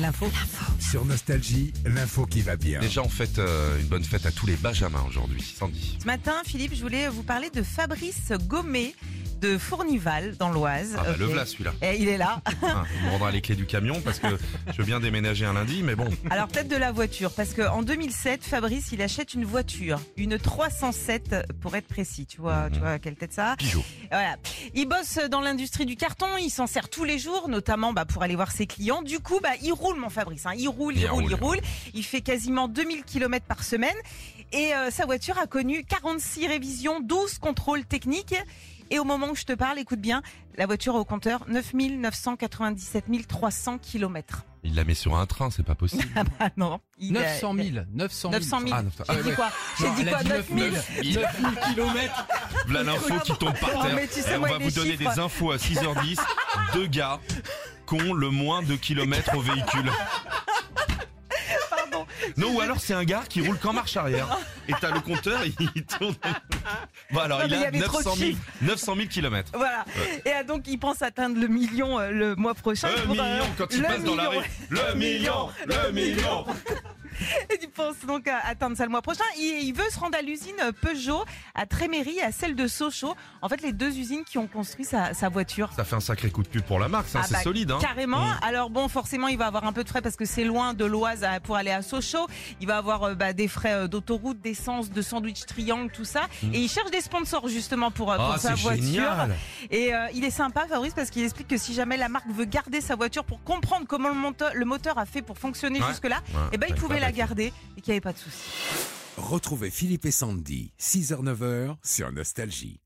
L'info. Sur Nostalgie, l'info qui va bien. Déjà, on fête euh, une bonne fête à tous les Benjamins aujourd'hui. Sandy. Ce matin, Philippe, je voulais vous parler de Fabrice Gommet de Fournival dans l'Oise. Ah bah, Ok. le voilà celui-là. Eh, il est là. Hein, il me rendra les clés du camion parce que je veux bien déménager un lundi, mais bon. Alors peut-être de la voiture, parce qu'en 2007, Fabrice, il achète une voiture, une 307 pour être précis. Tu vois, Mhm. tu vois quelle tête ça a Pigeot. Voilà. Il bosse dans l'industrie du carton, il s'en sert tous les jours, notamment bah, pour aller voir ses clients. Du coup, bah, il roule, mon Fabrice. hein. Il roule, il, Il roule, il roule. roule. Il fait quasiment 2000 km par semaine. Et euh, sa voiture a connu 46 révisions, 12 contrôles techniques. Et au moment où je te parle, écoute bien, la voiture au compteur 9 997 300 km. Il la met sur un train, c'est pas possible. Ah non. il a- 900 000. 900 000. 900 000. Ah, neuf cent- J'ai ah, dit ouais. quoi J'ai Non, dit elle quoi a dit 9 000 kilomètres. Ah, Voilà l'info qui tombe par Oh, terre. mais tu sais, Eh, on moi, va les vous donner chiffres. des infos à 6h10. Deux gars qui ont le moins de kilomètres au véhicule. Pardon. Non, ou alors c'est un gars qui roule qu'en marche arrière. Et t'as le compteur, il tourne. Bon, alors Non, il mais il y a avait trop de 900 000, chiffres. 900 000 kilomètres. Voilà. Et ah, donc, il pense atteindre le million euh, le mois prochain. Le Pour, euh, million quand il le passe dans la rue. million. Le million, le million. Il pense donc à atteindre ça le mois prochain. Il, il veut se rendre à l'usine Peugeot à Tréméry et à celle de Sochaux. En fait, les deux usines qui ont construit sa, sa voiture. Ça fait un sacré coup de pub pour la marque, ça, Ah c'est bah, solide. Hein. Carrément. Mm. Alors bon, forcément, il va avoir un peu de frais parce que c'est loin de l'Oise à- pour aller à Sochaux. Il va avoir euh, bah, des frais euh, d'autoroute, d'essence, de sandwich triangle, tout ça. Et il cherche des sponsors justement pour, euh, pour Mmh. Ah, sa c'est voiture. génial. Et euh, il est sympa, Fabrice, parce qu'il explique que si jamais la marque veut garder sa voiture pour comprendre comment le moteur, le moteur a fait pour fonctionner Ouais. jusque-là, Ouais, eh ben, il ouais, pouvait pas la bête. garder et qu'il n'y avait pas de souci. Retrouvez Philippe et Sandy, 6h-9h sur Nostalgie.